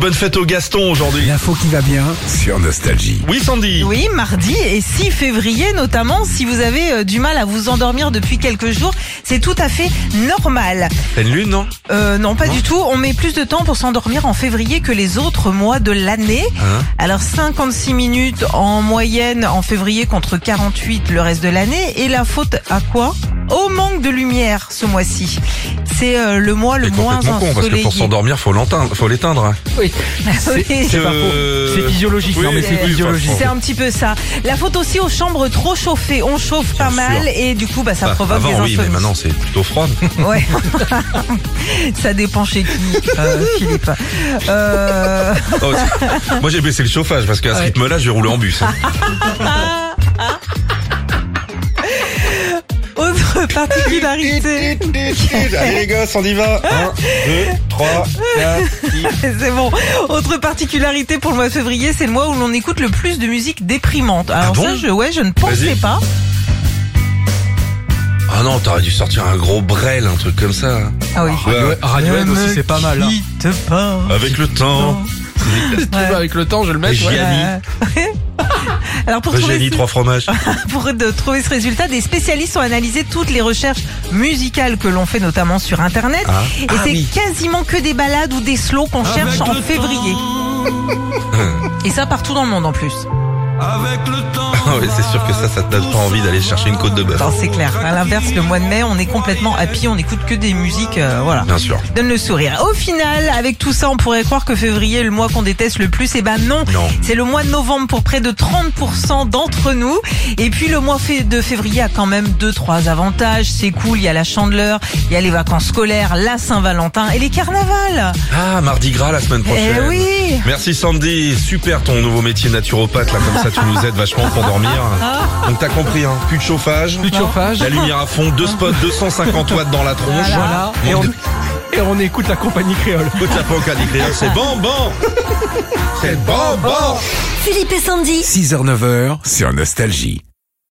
Bonne fête au Gaston aujourd'hui. L'info qui va bien. sur Nostalgie. Oui Sandy Oui, mardi et 6 février notamment, si vous avez euh, du mal à vous endormir depuis quelques jours, c'est tout à fait normal. Pleine lune non Euh, non, Hein pas du tout. On met plus de temps pour s'endormir en février que les autres mois de l'année. Hein Alors 56 minutes en moyenne en février contre 48 le reste de l'année. Et la faute à quoi Au manque de lumière ce mois-ci. C'est euh, le mois le C'est moins complètement con parce que ensoleillé. pour s'endormir faut l'entendre, faut l'éteindre. hein. Oui. C'est pas Euh, faux. C'est physiologique. non, oui, mais c'est oui, physiologique. enfin, C'est un petit peu ça. La faute aussi aux chambres trop chauffées. On chauffe pas Bien mal sûr. et du coup, bah, ça bah, provoque des avant oui insomnies. mais maintenant c'est plutôt froid. Ouais. ça dépend chez qui, euh, Philippe. Euh, Oh, c'est- Moi j'ai baissé le chauffage parce qu'à ce rythme-là je vais rouler en bus. hein. autre particularité. Allez les gosses on y va. 1, 2, 3, 4, C'est bon. Autre particularité pour le mois de février, c'est le mois où l'on écoute le plus de musique déprimante. Alors Ah bon ça, je, ouais, je ne pensais Vas-y. pas. Ah non t'aurais dû sortir un gros brel, un truc comme ça. hein. Ah oui. Ouais, Radiohead Ne aussi, me c'est pas mal. hein. quitte pas. Avec le temps. Ouais. Avec le temps, je le mets. Et Gianni, Ouais. Alors pour trouver Gianni ce- trois fromages. Pour de- trouver ce résultat, des spécialistes ont analysé toutes les recherches musicales que l'on fait, notamment sur Internet. Ah. Et c'est quasiment que des balades ou des slows qu'on cherche en février. Et ça partout dans le monde en plus. Ah ouais, c'est sûr que ça, ça te donne pas envie d'aller chercher une côte de bœuf. Enfin, c'est clair. À l'inverse, le mois de mai, on est complètement happy, on n'écoute que des musiques, euh, voilà. Bien sûr. Donne le sourire. Au final, avec tout ça, on pourrait croire que février est le mois qu'on déteste le plus. Eh ben non. Non. C'est le mois de novembre pour près de 30% d'entre nous. Et puis le mois fé- de février a quand même deux, trois avantages. C'est cool, il y a la chandeleur, il y a les vacances scolaires, la Saint-Valentin et les carnavals. Ah, mardi gras la semaine prochaine. Eh oui Merci Sandy, super ton nouveau métier naturopathe là, comme ça tu nous aides vachement pour dormir. Donc t'as compris, hein, plus de chauffage, Ah, Plus de chauffage. la lumière à fond, deux spots, 250 watts dans la tronche. Voilà. Et on, et on écoute la compagnie créole. Écoute la pancarde des clients, c'est bon, bon C'est bon, bon Philippe et Sandy. 6h, 9h sur Nostalgie.